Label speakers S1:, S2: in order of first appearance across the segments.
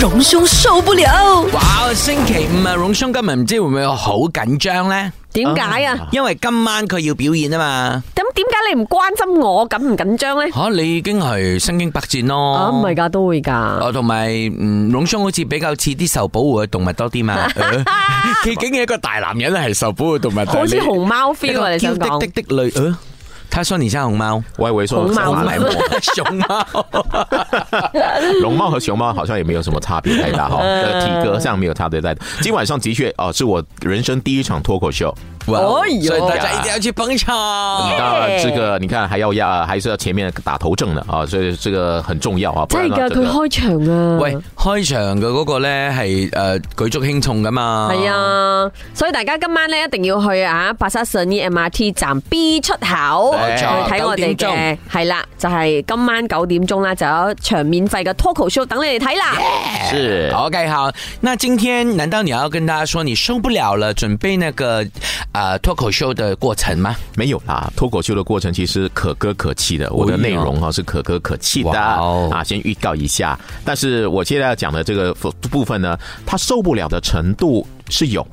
S1: 榮兄受不了。
S2: 哇！星期五啊，榮兄今日唔知會唔會好緊張呢？
S1: 點解啊？
S2: 因為今晚佢要表演啊嘛。
S1: 咁點解你唔關心我緊唔緊張咧？
S2: 吓、你已經係身經百戰咯。
S1: 啊，唔係㗎，都會㗎。
S2: 哦，同埋嗯，龍兄好似比較似啲受保護嘅動物多啲 嘛。呃佢竟然一個大男人係受保護動物，
S1: 好似熊貓
S2: 一
S1: feel 啊！
S2: 個
S1: 你想
S2: 嬌滴
S1: 講？
S2: 滴的淚。呃他说你 像熊貓，
S3: 我以为说
S1: 红帽
S2: 唔
S1: 子
S2: 係 我熊貓。
S3: 龙猫和熊猫好像也没有什么差别太大哈，呃体格上没有差别太大。今晚上的确哦，是我人生第一场脱口秀。
S2: 哇
S1: 哎呦
S2: 所以大家一定要去捧場。
S3: 当然，这个你看还要要还是要前面打头阵的啊，所以这个很重要啊。不
S1: 真
S3: 然
S1: 係
S3: 呢
S1: 㗎，
S3: 这
S1: 佢
S3: 个
S1: 開場啊！
S2: 喂，開場嘅嗰個咧係诶舉足輕重噶嘛。
S1: 係。啊，所以大家今晚咧一定要去啊白沙順呢 MRT 站 B 出口
S2: 冇錯
S1: 去睇我哋
S2: 九點
S1: 嘅係啦，就係今晚九點鐘啦，就有一場免費嘅 talk show 等你哋睇啦。
S3: 是
S2: OK，好，那今天难道你要跟大家说你受不了了，准备那个呃脱口秀的过程吗？
S3: 没有啦，脱口秀的过程其实可歌可泣的，我的内容啊哈是可歌可泣的
S2: 哇哦
S3: 啊，先预告一下。但是我现在要讲的这个部分呢，他受不了的程度是有，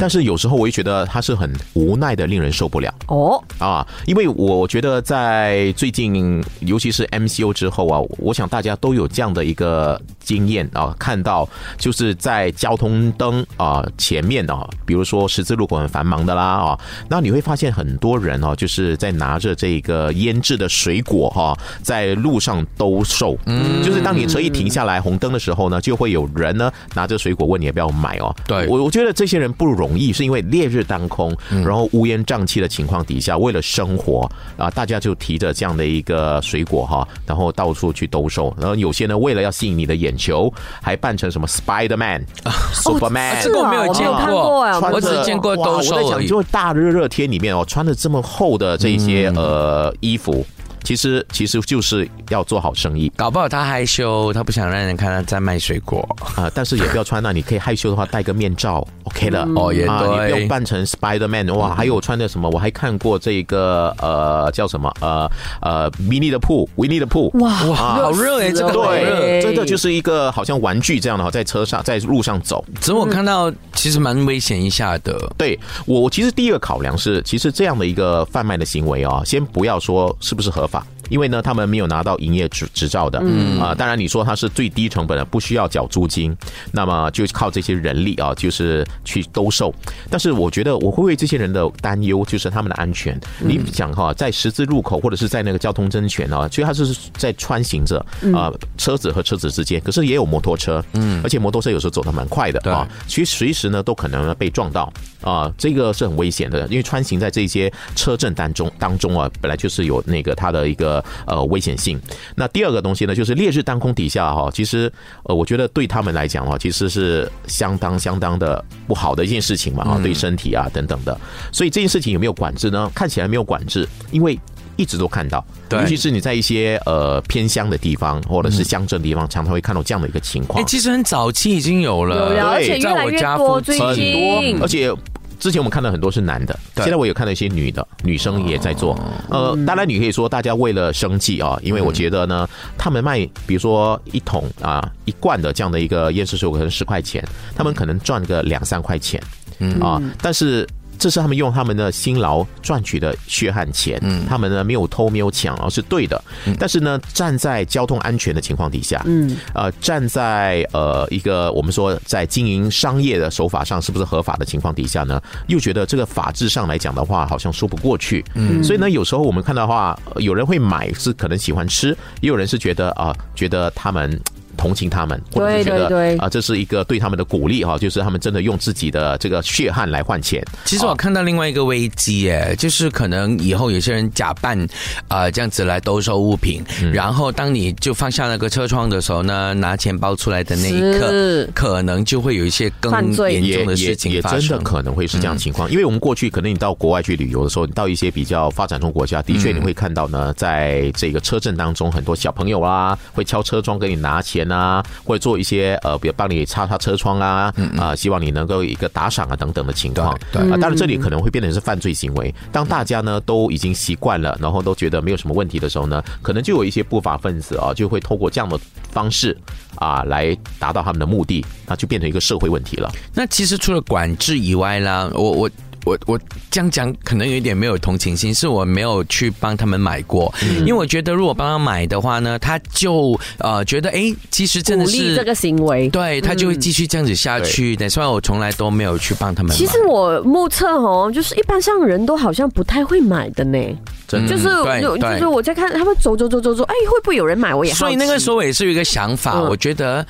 S3: 但是有时候我又觉得他是很无奈的，令人受不了。
S1: 哦，
S3: 啊，因为我觉得在最近，尤其是 MCO 之后啊，我想大家都有这样的一个经验啊，看到就是在交通灯啊前面啊，比如说十字路口很繁忙的啦啊，那你会发现很多人哦、就是在拿着这个腌制的水果哈、在路上兜售，嗯，就是当你车一停下来红灯的时候呢，就会有人呢拿着水果问你要不要买哦，
S2: 对
S3: 我我觉得这些人不容易，是因为烈日当空，
S2: 嗯
S3: 然后乌烟瘴气的情况底下，为了生活啊，大家就提着这样的一个水果哈，然后到处去兜售。然后有些呢，为了要吸引你的眼球，还扮成什么 Spider Man、Superman，
S1: 是
S2: 哦这个我
S1: 啊
S2: 没有
S1: 我没
S2: 见
S1: 有看
S2: 过
S1: 过啊，
S3: 穿
S2: 我
S3: 着
S2: 只见过兜售
S3: 哇我在
S2: 而已
S3: 讲，就是大热热天里面哦，穿的这么厚的这些、
S2: 嗯
S3: 呃衣服，其实其实就是要做好生意
S2: 搞不好他害羞，他不想让人看他在卖水果。
S3: 啊、但是也不要穿那，你可以害羞的话戴个面 罩，OK 了。
S2: 哦，也
S3: 啊，你不
S2: 对嗯
S3: 用，扮成 Spider Man 哇！还有穿的什么？我还看过这个呃叫什么呃呃 Mini 的铺，Winnie 的铺。
S1: 哇，
S2: 哇，好热哎，
S1: 死
S2: 这
S1: 了
S2: 个好热。
S3: 对，真的就是一个好像玩具这样的哈，在车上在路上走。
S2: 只是我看到其实蛮危险一下的，
S3: 对我，我其实第一个考量是，其实这样的一个贩卖的行为啊、先不要说是不是合法。因为呢，他们没有拿到营业执执照的，嗯啊、当然你说它是最低成本的，不需要缴租金，那么就靠这些人力啊，就是去兜售。但是我觉得我会为这些人的担忧，就是他们的安全。你想哈、在十字路口或者是在那个交通争权啊，其实它是在穿行着啊、车子和车子之间，可是也有摩托车，嗯，而且摩托车有时候走得蛮快的
S2: 对
S3: 啊，其实随时呢都可能被撞到啊，这个是很危险的，因为穿行在这些车阵当中当中啊，本来就是有那个它的一个呃危险性。那第二个东西呢，就是烈日当空底下哈、其实呃我觉得对他们来讲啊，其实是相当相当的不好的一件事情嘛
S2: 嗯
S3: 啊，对身体啊等等的。所以这件事情有没有管制呢？看起来没有管制，因为。一直都看到，
S2: 对
S3: 尤其是你在一些呃偏乡的地方或者是乡镇地方，常常会看到这样的一个情况
S2: 哎，。其实很早期已经有了，
S1: 有
S3: 对
S1: 呀，而且越
S2: 在
S1: 来
S2: 我
S1: 越
S2: 家
S1: 多，
S2: 附
S1: 最
S2: 近
S3: 很
S1: 近
S3: 多，而且。之前我们看到很多是男的，
S2: 对
S3: 现在我有看到一些女的，女生也在做。呃，当然你可以说大家为了生计啊，因为我觉得呢，他们卖比如说一桶啊、一罐的这样的一个燕食水果可能十块钱，他们可能赚个两三块钱，嗯啊，但是。这是他们用他们的辛劳赚取的血汗钱，嗯，他们呢没有偷没有抢，而是对的。但是呢，站在交通安全的情况底下，嗯，呃，站在呃一个我们说在经营商业的手法上是不是合法的情况底下呢，又觉得这个法制上来讲的话，好像说不过去。嗯，所以呢，有时候我们看到的话，呃有人会买是可能喜欢吃，也有人是觉得啊、觉得他们。同情他们，或者是觉得
S1: 对对对
S3: 啊、这是一个对他们的鼓励哈、就是他们真的用自己的这个血汗来换钱。
S2: 其实我看到另外一个危机，哎，就是可能以后有些人假扮，呃，这样子来兜售物品，然后当你就放下那个车窗的时候呢，拿钱包出来的那一刻
S1: 是，
S2: 可能就会有一些更
S1: 犯罪
S2: 严重的事
S3: 也
S2: 情
S3: 也
S2: 发
S3: 真的
S2: 生。嗯
S3: 可能会是这样情况，因为我们过去可能你到国外去旅游的时候，你到一些比较发展中国家，
S2: 嗯
S3: 的确你会看到呢，在这个车阵当中，很多小朋友啊会敲车窗给你拿钱员啊，或者做一些呃，比如帮你擦擦车窗啊，啊、希望你能够有一个打赏啊等等的情况。
S2: 嗯对
S3: 啊，当然这里可能会变成是犯罪行为。当大家呢都已经习惯了，然后都觉得没有什么问题的时候呢，可能就有一些不法分子啊，就会透过这样的方式啊来达到他们的目的，那就变成一个社会问题了。
S2: 那其实除了管制以外啦，我我。我我这样讲可能有一点没有同情心，是我没有去帮他们买过，
S1: 嗯
S2: 因为我觉得如果帮他买的话呢，他就呃觉得诶，其实真
S1: 鼓
S2: 的
S1: 励这
S2: 是
S1: 个行为。
S2: 对他就会继续这样子下去。但虽然我从来都没有去帮他们买，
S1: 其实我目测哦，就是一般上人都好像不太会买的呢，
S3: 真
S1: 就是
S2: 嗯对
S1: 有就
S2: 对
S1: 是我在看他们走走走走走，哎，会不会有人买？我也好奇
S2: 所以那个时候我也是有一个想法，
S1: 嗯
S2: 我觉得。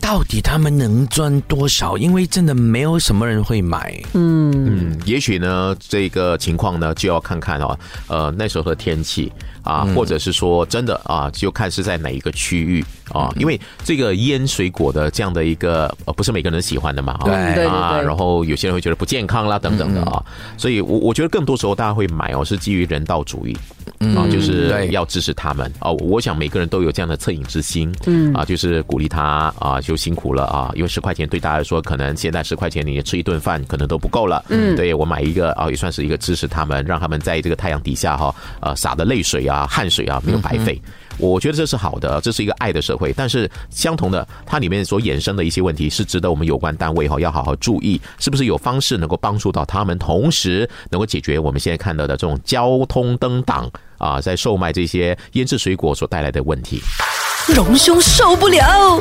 S2: 到底他们能赚多少？因为真的没有什么人会买。
S3: 嗯，也许呢，这个情况呢，就要看看哦，呃，那时候的天气啊，或者是说真的啊，就看是在哪一个区域啊，因为这个腌水果的这样的一个，呃，不是每个人喜欢的嘛，哈
S2: 对
S1: 嗯对对
S3: 啊，
S1: 对，
S3: 然后有些人会觉得不健康啦，等等的啊，所以我我觉得更多时候大家会买哦，是基于人道主义啊，就是
S2: 对
S3: 要支持他们啊。我想每个人都有这样的恻隐之心，嗯啊，就是鼓励他啊，就辛苦了啊，因为十块钱对大家来说，可能现在十块钱你吃一顿饭可能都不够了，嗯，对我买一个啊，也算是一个支持他们，让他们在这个太阳底下哈，呃，洒的泪水啊、汗水啊没有白费。我觉得这是好的，这是一个爱的社会。但是相同的，它里面所衍生的一些问题是值得我们有关单位哈、要好好注意，是不是有方式能够帮助到他们，同时能够解决我们现在看到的这种交通灯档啊，在售卖这些腌制水果所带来的问题。
S4: 荣兄受不了。